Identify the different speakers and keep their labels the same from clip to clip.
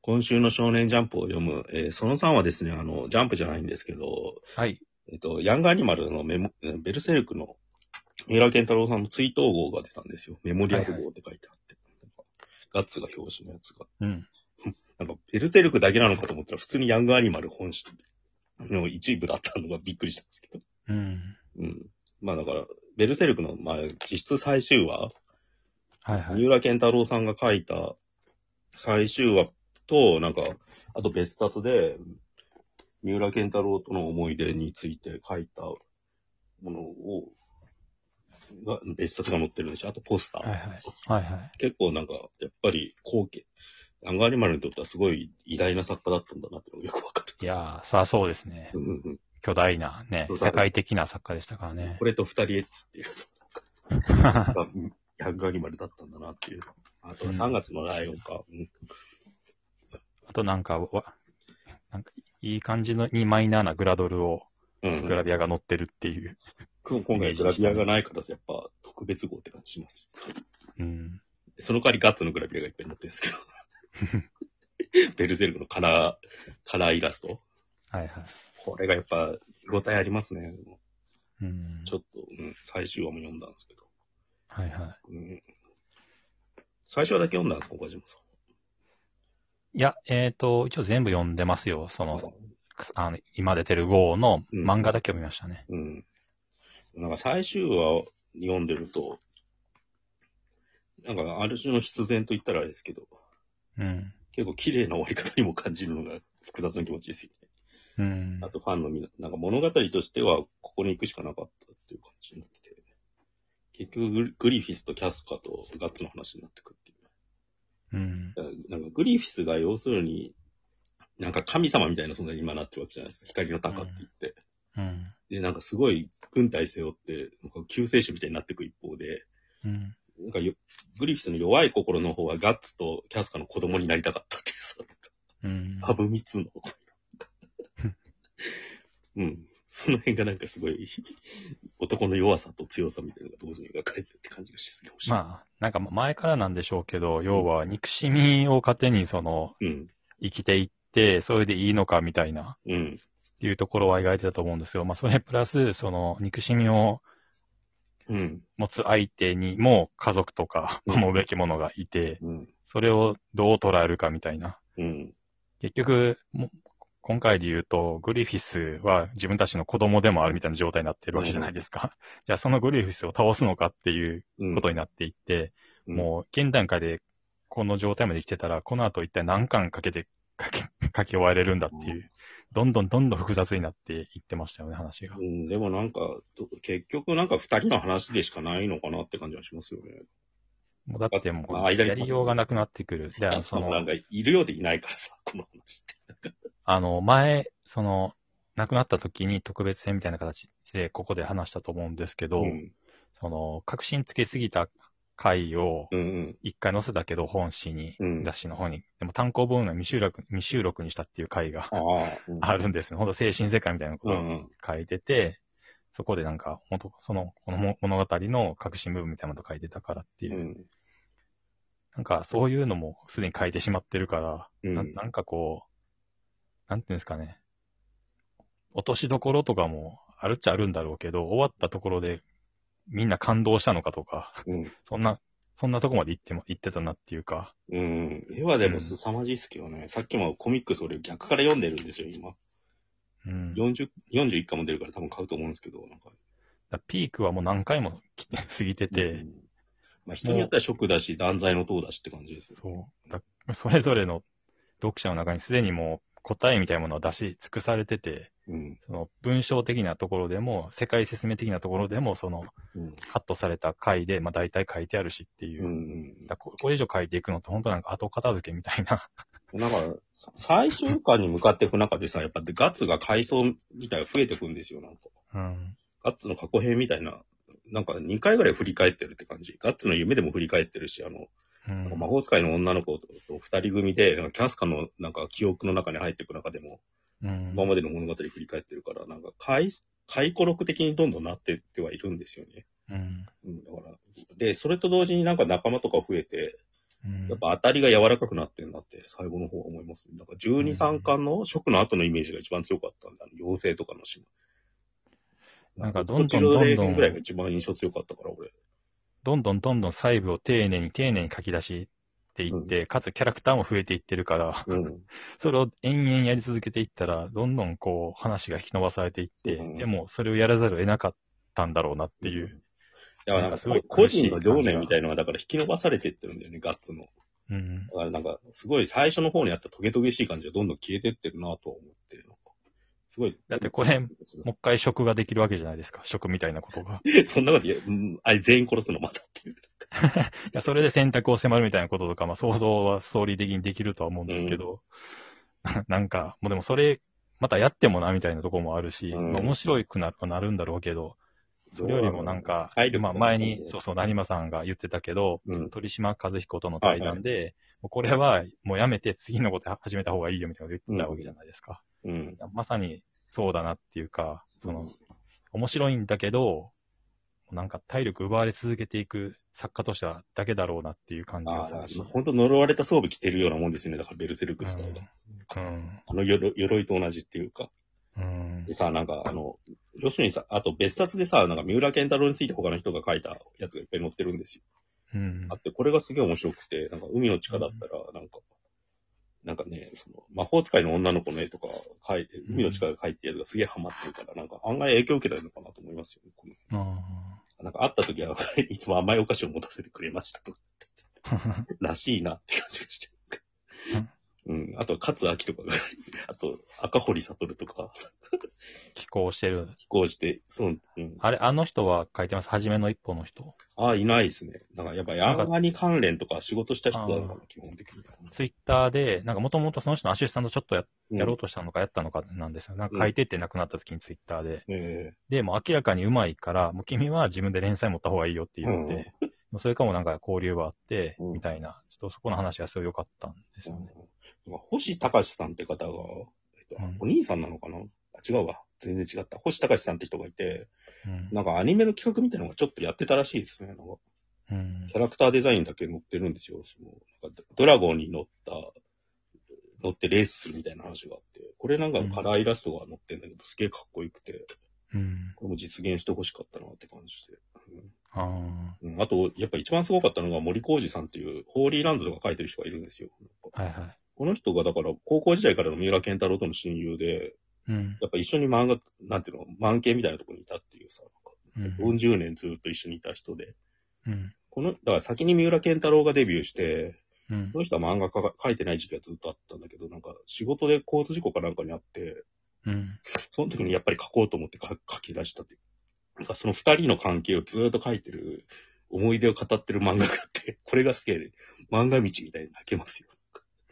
Speaker 1: 今週の少年ジャンプを読む、えーその3はですね、あの、ジャンプじゃないんですけど、
Speaker 2: はい。
Speaker 1: えっと、ヤングアニマルのメモ、えーベルセルクの三浦健太郎さんの追悼号が出たんですよ。メモリアル号って書いてあって。なんかガッツが表紙のやつが。
Speaker 2: うん。
Speaker 1: なんか、ベルセルクだけなのかと思ったら、普通にヤングアニマル本誌の一部だったのがびっくりしたんですけど。
Speaker 2: うん。
Speaker 1: うん。まあだから、ベルセルクの、まあ、実質最終話、
Speaker 2: はいは
Speaker 1: 三
Speaker 2: い。
Speaker 1: 浦健太郎さんが書いた最終話と、なんか、あと別冊で、三浦健太郎との思い出について書いたものを、が別冊が載ってるでしょ。あとポスター。
Speaker 2: はいはい。はいはい。
Speaker 1: 結構なんか、やっぱり後継。アンガーリマルにとってはすごい偉大な作家だったんだなっていうのがよくわかる。
Speaker 2: いやー、さあそうですね。
Speaker 1: うんうん
Speaker 2: 巨大なね、
Speaker 1: 巨大
Speaker 2: 世界的な作家でしたから
Speaker 1: うん、
Speaker 2: ね
Speaker 1: こ。れと二人エッチっていう
Speaker 2: は
Speaker 1: が、ヤンガーリマルだったんだなっていう。あと3月のライオンか。うん
Speaker 2: あとなんか、わなんかいい感じのにマイナーなグラドルを
Speaker 1: うん
Speaker 2: グラビアが乗ってるっていう。
Speaker 1: 今回グラビアがないから、やっぱ特別号って感じします。
Speaker 2: うん。
Speaker 1: その代わりガッツのグラビアがいっぱいになってるんですけど。 ベルゼルクのカラー、カラーイラスト。
Speaker 2: はいはい。
Speaker 1: これがやっぱ、ごたえありますね。
Speaker 2: うん。
Speaker 1: ちょっと、うん、最終話も読んだんですけど。
Speaker 2: はいは
Speaker 1: うん、最初話だけ読んだんですか、岡島さん。
Speaker 2: い。いや、えっ、と、一応全部読んでますよ。その、あの今出てる号の漫画だけ読みましたね。
Speaker 1: うん。なんか最終話を読んでると、なんかある種の必然と言ったらあれですけど、
Speaker 2: うん。
Speaker 1: 結構綺麗な終わり方にも感じるのが複雑な気持ちですよね。
Speaker 2: うん
Speaker 1: あ。とファンのみんな、なんか物語としては、ここに行くしかなかったっていう感じになってて、結局グリ、グリフィスとキャスカとガッツの話になってくっていう
Speaker 2: うん。。
Speaker 1: だからなんかグリフィスが要するに、なんか神様みたいな存在に今なってるわけじゃないですか。光の鷹って言って。
Speaker 2: うん。
Speaker 1: で、なんかすごい軍隊背負って、なんか救世主みたいになってく一方で、
Speaker 2: うん。
Speaker 1: なんかよグリフィスの弱い心の方はガッツとキャスカの子供になりたかったっていうさ、
Speaker 2: うん。
Speaker 1: ハブミ ツの。うん。その辺がなんかすごい、男の弱さと強さみたいなのが同時に描かれてるって感じがしすぎました。
Speaker 2: まあ、なんか前からなんでしょうけど、要は憎しみを糧にその
Speaker 1: うん。
Speaker 2: 生きていって、それでいいのかみたいな
Speaker 1: うん。
Speaker 2: っていうところは描いてたと思うんですけど、まあそれプラス、その憎しみを
Speaker 1: うん。
Speaker 2: 持つ相手にも家族とか
Speaker 1: うん
Speaker 2: 守るべきものがいて、
Speaker 1: うん。
Speaker 2: それをどう捉えるかみたいな。
Speaker 1: うん。
Speaker 2: 結局、もう今回で言うと、グリフィスは自分たちの子供でもあるみたいな状態になってるわけじゃないですか。じゃあそのグリフィスを倒すのかっていう
Speaker 1: うん。
Speaker 2: ことになっていって、
Speaker 1: うん
Speaker 2: もう現段階でこの状態まで来てたら、この後一体何巻かけ て書き書き終われるんだっていうう、どんどんどんどん複雑になっていってましたよね、話が
Speaker 1: う。ん、でもなんか、ど結局なんか二人の話でしかないのかなって感じはしますよね。
Speaker 2: もうだっても
Speaker 1: まあ
Speaker 2: う、
Speaker 1: 間に
Speaker 2: やりようがなくなってくる。で、
Speaker 1: キャス
Speaker 2: そ
Speaker 1: カもな
Speaker 2: の
Speaker 1: ん、かいるようでいないからさ、この話って。
Speaker 2: あの、前、その、亡くなった時に特別編みたいな形で、ここで話したと思うんですけど、
Speaker 1: うん。
Speaker 2: その、確信つけすぎた回を、
Speaker 1: うん
Speaker 2: 一回載せたけど、本誌に、
Speaker 1: うん
Speaker 2: 雑誌の方に。でも単行本は未収録、未収録にしたっていう回が
Speaker 1: うん。ああ。うん
Speaker 2: あるんですね。ほんと精神世界みたいなこ
Speaker 1: う
Speaker 2: と
Speaker 1: ん
Speaker 2: を
Speaker 1: うん。
Speaker 2: 書いてて、そこでなんか、ほんとその、この物語の核心部分みたいなこと書いてたからっていうう。
Speaker 1: ん。
Speaker 2: なんか、そういうのもすでに書いてしまってるから、
Speaker 1: うん
Speaker 2: ななんかこう、なんていうんですかね。落としどころとかもあるっちゃあるんだろうけど、終わったところでみんな感動したのかとか、
Speaker 1: うん。
Speaker 2: そんな、そんなとこまで行っても、行ってたなっていうか、
Speaker 1: うん。絵はでも凄まじいっすけどね。さっきもコミックス俺逆から読んでるんですよ、今。
Speaker 2: うん。
Speaker 1: 40 41巻も出るから多分買うと思うんですけど、なんか。
Speaker 2: だピークはもう何回も来て過ぎてて、
Speaker 1: うんまあ人によっては食だし、断罪の塔だしって感じですよ。
Speaker 2: そう。だ それぞれの読者の中にすでにもう答えみたいなものは出し尽くされてて、
Speaker 1: うん。
Speaker 2: その文章的なところでも、世界説明的なところでも、その
Speaker 1: うん。
Speaker 2: カットされた回で、まあ大体書いてあるしっていうう。
Speaker 1: ん。
Speaker 2: だここれ以上書いていくのって本当なんか後片付けみたいな。
Speaker 1: なんか、さ最終巻に向かっていく中でさ、やっぱでガッツが階層自体が増えていくんですよ、なんか。
Speaker 2: うん。
Speaker 1: ガッツの過去編みたいな。なんか2回ぐらい振り返ってるって感じ。ガッツの夢でも振り返ってるし、あの、
Speaker 2: う
Speaker 1: なん
Speaker 2: ん
Speaker 1: か魔法使いの女の子と2人組で、なんかキャスカのなんか記憶の中に入っていく中でも、
Speaker 2: うん
Speaker 1: 今までの物語振り返ってるから、なんか回、回顧録的にどんどんなってってはいるんですよね。
Speaker 2: うん
Speaker 1: うん、だから。で、それと同時になんか仲間とか増えて、
Speaker 2: うん
Speaker 1: やっぱ当たりが柔らかくなってんだって、最後の方は思いますね。だから
Speaker 2: うん
Speaker 1: 12、三3巻の食の後のイメージが一番強かったんだ、あの妖精とかの島。
Speaker 2: なんかどん
Speaker 1: こ
Speaker 2: どん
Speaker 1: っちの
Speaker 2: どんどん
Speaker 1: 霊ぐらいが一番印象強かったから、俺。
Speaker 2: どんどんどんどん細部を丁寧に丁寧に書き出していって、かつキャラクターも増えていってるから、
Speaker 1: うん。
Speaker 2: それを延々やり続けていったら、どんどんこう話が引き伸ばされていって、
Speaker 1: うん
Speaker 2: でもそれをやらざるを得なかったんだろうなっていう。
Speaker 1: だからなんか
Speaker 2: すごい
Speaker 1: 個
Speaker 2: 苦
Speaker 1: 人
Speaker 2: し
Speaker 1: の
Speaker 2: い感じが
Speaker 1: 情念みたいのが、だから引き伸ばされていってるんだよね、ガッツの。
Speaker 2: うん
Speaker 1: だ。からなんか、すごい最初の方にあったトゲトゲしい感じがどんどん消えてってるなとは思って、なんかすごい。
Speaker 2: だってこれ、もう一回食ができるわけじゃないですか。食みたいなことが。い
Speaker 1: そんなこと言え、うん、あれ全員殺すのまたっていう。
Speaker 2: や、それで選択を迫るみたいなこととか、まあ想像はストーリー的にできるとは思うんですけど、なんか、もうでもそれ、またやってもなみたいなところもあるし、
Speaker 1: うん
Speaker 2: まあ面白くななるんだろうけど、それよりもなんか、
Speaker 1: 体力
Speaker 2: まあ
Speaker 1: と
Speaker 2: 前に、そううそう、成馬さんが言ってたけど、
Speaker 1: うん
Speaker 2: 鳥島和彦との対談で、もうこれはもうやめて次のこと始めた方がいいよみたいなこと言ってたわけじゃないですか。
Speaker 1: うん。
Speaker 2: まさにそうだなっていうか、その、面白いんだけど、なんか体力奪われ続けていく作家としてはだけだろうなっていう感じが
Speaker 1: あ
Speaker 2: するし
Speaker 1: あ、。本当呪われた装備着てるようなもんですよね。だからベルセルクスターが。
Speaker 2: うん。
Speaker 1: あのよろ鎧と同じっていうか。
Speaker 2: うん
Speaker 1: で。さ、なんか、あの、要するにさ、あと別冊でさ、なんか三浦健太郎について他の人が書いたやつがいっぱい載ってるんですよ。
Speaker 2: うん
Speaker 1: あって、これがすげえ面白くて、なんか海の地下だったら、なんか、なんかね、その魔法使いの女の子の絵とか書いて、海の地下が書いてるやつがすげえハマってるから、なんか案外影響受けたのかなと思いますよね。この
Speaker 2: あ
Speaker 1: なんか会った時は、 いつも甘いお菓子を持たせてくれましたと。
Speaker 2: ー
Speaker 1: らしいなって感じがして。うん。あとは勝明とかが、 あと赤堀悟とか、
Speaker 2: 寄稿してる。
Speaker 1: 飛行して、そう、うん。
Speaker 2: あれ、あの人は書いてます。初めの一歩の人。
Speaker 1: ああ、いないですね。なんかやっぱり
Speaker 2: なんか
Speaker 1: アンガニ関連とか仕事した人だから
Speaker 2: あ、
Speaker 1: 基本的には。
Speaker 2: ツイッターで、なんかもともとその人のアシスタントちょっとや
Speaker 1: うん
Speaker 2: やろうとしたのかやったのかなんですよ。なんか書いてってなくなった時にツイッターで。
Speaker 1: え
Speaker 2: で、もう明らかにうまいから、もう君は自分で連載持った方がいいよって言って、もうそれかもなんか交流はあって、
Speaker 1: うん
Speaker 2: みたいな、ちょっとそこの話がすごい良かったんです
Speaker 1: え
Speaker 2: よね。
Speaker 1: なんか星隆さんって方が、えっと
Speaker 2: うん
Speaker 1: お兄さんなのかなあ違うわ。全然違った。星隆さんって人がいて、
Speaker 2: うん。
Speaker 1: なんかアニメの企画みたいなのがちょっとやってたらしいですね。なんか
Speaker 2: うん
Speaker 1: キャラクターデザインだけ載ってるんですよ。そのなんかドラゴンに乗った、乗ってレースするみたいな話があって、これなんかカラーイラストが載ってるんだけど、すげえかっこよくて、
Speaker 2: うん。
Speaker 1: これも実現してほしかったなって感じで。
Speaker 2: ああ。
Speaker 1: うんうんあと、やっぱ一番すごかったのが森浩二さんっていう、ホーリーランドとか書いてる人がいるんですよ。
Speaker 2: はいはい。
Speaker 1: この人がだから高校時代からの三浦健太郎との親友で、
Speaker 2: うん。
Speaker 1: やっぱ一緒に漫画、なんていうの、漫系みたいなところにいたっていうさ、なんか
Speaker 2: うん
Speaker 1: 40年ずっと一緒にいた人で、
Speaker 2: うん。
Speaker 1: この、だから先に三浦健太郎がデビューして、
Speaker 2: うん
Speaker 1: そ。の人は漫画家が書いてない時期がずっとあったんだけど、なんか仕事で交通事故かなんかにあって、
Speaker 2: うん。
Speaker 1: その時にやっぱり書こうと思って書書き出したっていう。なんかその二人の関係をずーっと書いてる、思い出を語ってる漫画があって、これがすげえ、漫画道みたいに泣けますよ。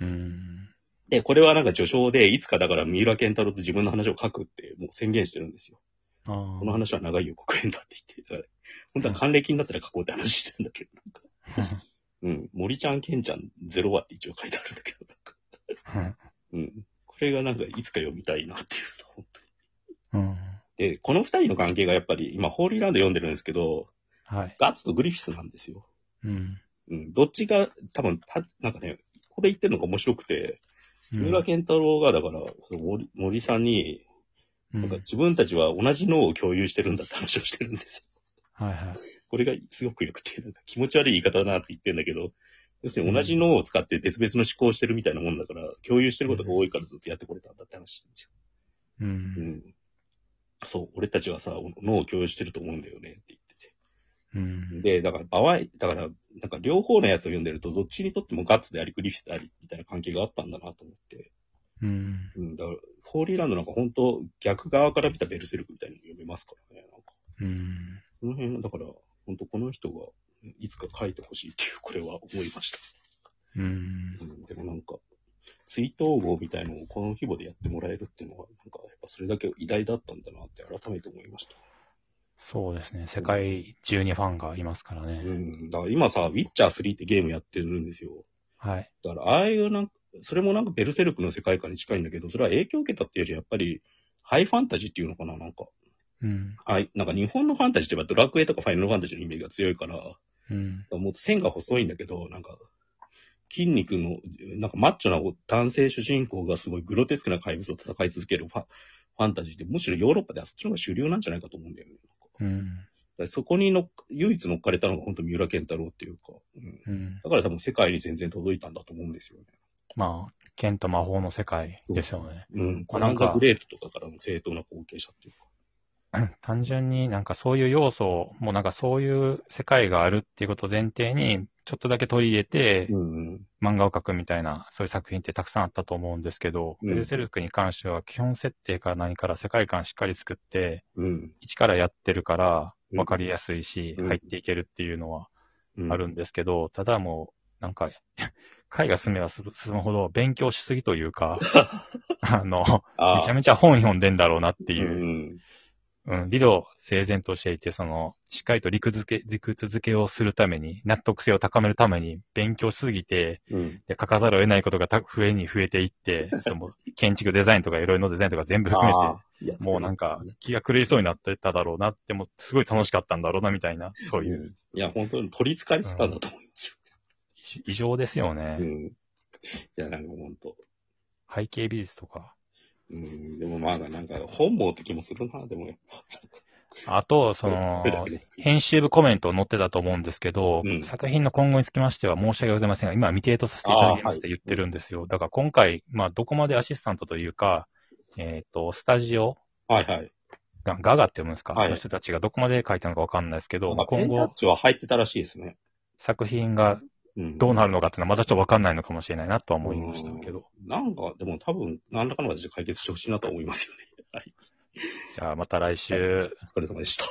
Speaker 2: うん。
Speaker 1: で、これはなんか序章で、いつかだから三浦健太郎と自分の話を書くって、もう宣言してるんですよ。
Speaker 2: ああ。
Speaker 1: この話は長い予告編だって言って、だから本当は還暦になったら書こうって話してんだけど、なんか。うん、森ちゃん、ケンちゃん、ゼロ話って一応書いてあるんだけど、なんか。うん。これがなんかいつか読みたいなっていうさ、本当
Speaker 2: うん。
Speaker 1: に。で、この二人の関係がやっぱり、今、ホーリーランド読んでるんですけど、
Speaker 2: はい。
Speaker 1: ガッツとグリフィスなんですよ。
Speaker 2: うん。
Speaker 1: うん。どっちが、多分、たなんかね、ここで言ってるのが面白くて、三浦健太郎が、だから、その森森さんに、
Speaker 2: うん
Speaker 1: なん
Speaker 2: う
Speaker 1: か
Speaker 2: ん
Speaker 1: 自分たちは同じ脳を共有してるんだって話をしてるんです よ。
Speaker 2: はいはい。
Speaker 1: これがすごく良くて、なんか気持ち悪い言い方だなって言ってんだけど、要するに同じ脳を使って別々の思考をしてるみたいなもんだから、共有してることが多いからずっとやってこれたんだって話してるんですよ。
Speaker 2: う。
Speaker 1: うんん。そう、俺たちはさ、脳を共有してると思うんだよねって言っ
Speaker 2: うん。
Speaker 1: てて。で、だから、場合、だから、なんか両方のやつを読んでると、どっちにとってもガッツであり、グリフィスであり、みたいな関係があったんだなと思って。
Speaker 2: うん。
Speaker 1: うん、だから、ホーリーランドなんか本当、逆側から見たベルセルクみたいにも読めますからね。なんか、
Speaker 2: うん。
Speaker 1: この辺、だから、本当この人が、いつか書いてほしいっていう、これは思いました。
Speaker 2: うん
Speaker 1: う。ん、でもなんか、追悼号みたいのをこの規模でやってもらえるっていうのは、なんか、やっぱそれだけ偉大だったんだなって改めて思いました。
Speaker 2: そうですね。世界中にファンがいますから
Speaker 1: う
Speaker 2: ね。
Speaker 1: ん。だから今さ、ウィッチャー3ってゲームやってるんですよ。
Speaker 2: はい。
Speaker 1: だから、ああいうなんか、それもなんかベルセルクの世界観に近いんだけど、それは影響を受けたっていうより、やっぱり、ハイファンタジーっていうのかななんか、
Speaker 2: うん。
Speaker 1: はい、なんか日本のファンタジーってやっぱドラクエとかファイナルファンタジーのイメージが強いから、
Speaker 2: うん。
Speaker 1: もう線が細いんだけど、なんか、筋肉の、なんかマッチョな男性主人公がすごいグロテスクな怪物と戦い続けるファファンタジーって、むしろヨーロッパではそっちの方が主流なんじゃないかと思うんだよね。
Speaker 2: うん。
Speaker 1: だからそこにのっ唯一乗っかれたのが本当三浦健太郎っていうか、うん、
Speaker 2: うん。
Speaker 1: だから多分世界に全然届いたんだと思うんですよね。
Speaker 2: まあ、剣と魔法の世界ですよね。
Speaker 1: うん。
Speaker 2: ま
Speaker 1: コ
Speaker 2: あ
Speaker 1: ナ
Speaker 2: なん
Speaker 1: ン
Speaker 2: か
Speaker 1: ザグレートとかからの正当な後継者っていうか。
Speaker 2: 単純になんかそういう要素、もうなんかそういう世界があるっていうことを前提に、ちょっとだけ取り入れて、
Speaker 1: うんうん。
Speaker 2: 漫画を描くみたいな、そういう作品ってたくさんあったと思うんですけど、
Speaker 1: うん
Speaker 2: ベルセルクに関しては基本設定から何から世界観しっかり作って、
Speaker 1: うん。
Speaker 2: 一からやってるから
Speaker 1: うん
Speaker 2: 分かりやすいし、
Speaker 1: うん
Speaker 2: 入っていけるっていうのは
Speaker 1: うん
Speaker 2: あるんですけど、ただもう、なんか、 絵が進めば進むほど勉強しすぎとい うか、あの、
Speaker 1: ああ
Speaker 2: めちゃめちゃ本読んでんだろうなって
Speaker 1: う
Speaker 2: いう、
Speaker 1: ん。
Speaker 2: うん、理路整然としていて、その、しっかりと理屈付け、理屈付けをするために、納得性を高めるために勉強しすぎて、
Speaker 1: うん。
Speaker 2: で、書かざるを得ないことがた増えに増えてい って、その建築デザインとかいろいろなデザインとか全部含め
Speaker 1: ああいや
Speaker 2: て、もうなんか気が狂いそうになってただろうなって、もうすごい楽しかったんだろうなみたいな、そう
Speaker 1: う
Speaker 2: いうん
Speaker 1: いや、本当に取り憑かれてたんだと思います
Speaker 2: 異常ですよね
Speaker 1: よ。。うん。いや、なんか本当。
Speaker 2: 背景美術とか。
Speaker 1: うん。でもまあ、なんか本望って気もするな、でもやっぱ。
Speaker 2: あと、その
Speaker 1: これ、 だけです
Speaker 2: 編集部コメントを載ってたと思うんですけど、
Speaker 1: うん
Speaker 2: 作品の今後につきましては申し訳ございませんが、今は未定とさせていただきますって言ってるんですよ。だから今回、まあ、どこまでアシスタントというか、えっ、と、スタジオ、
Speaker 1: はいはい。
Speaker 2: ガガガって読むんですか、
Speaker 1: はい
Speaker 2: の人たちがどこまで書いたのかわかんないですけど、
Speaker 1: なん
Speaker 2: ま
Speaker 1: か
Speaker 2: あ、
Speaker 1: ペ
Speaker 2: 今
Speaker 1: ンタッ
Speaker 2: 後
Speaker 1: チは入ってたらしいですね。
Speaker 2: 作品が
Speaker 1: うん。
Speaker 2: どうなるのかっていうのはまだちょっとわかんないのかもしれないなとは思いましたけど。
Speaker 1: なんか、でも多分、何らかの形で解決してほしいなと思いますよね。はい。
Speaker 2: じゃあまた来週。
Speaker 1: お疲れ様でした。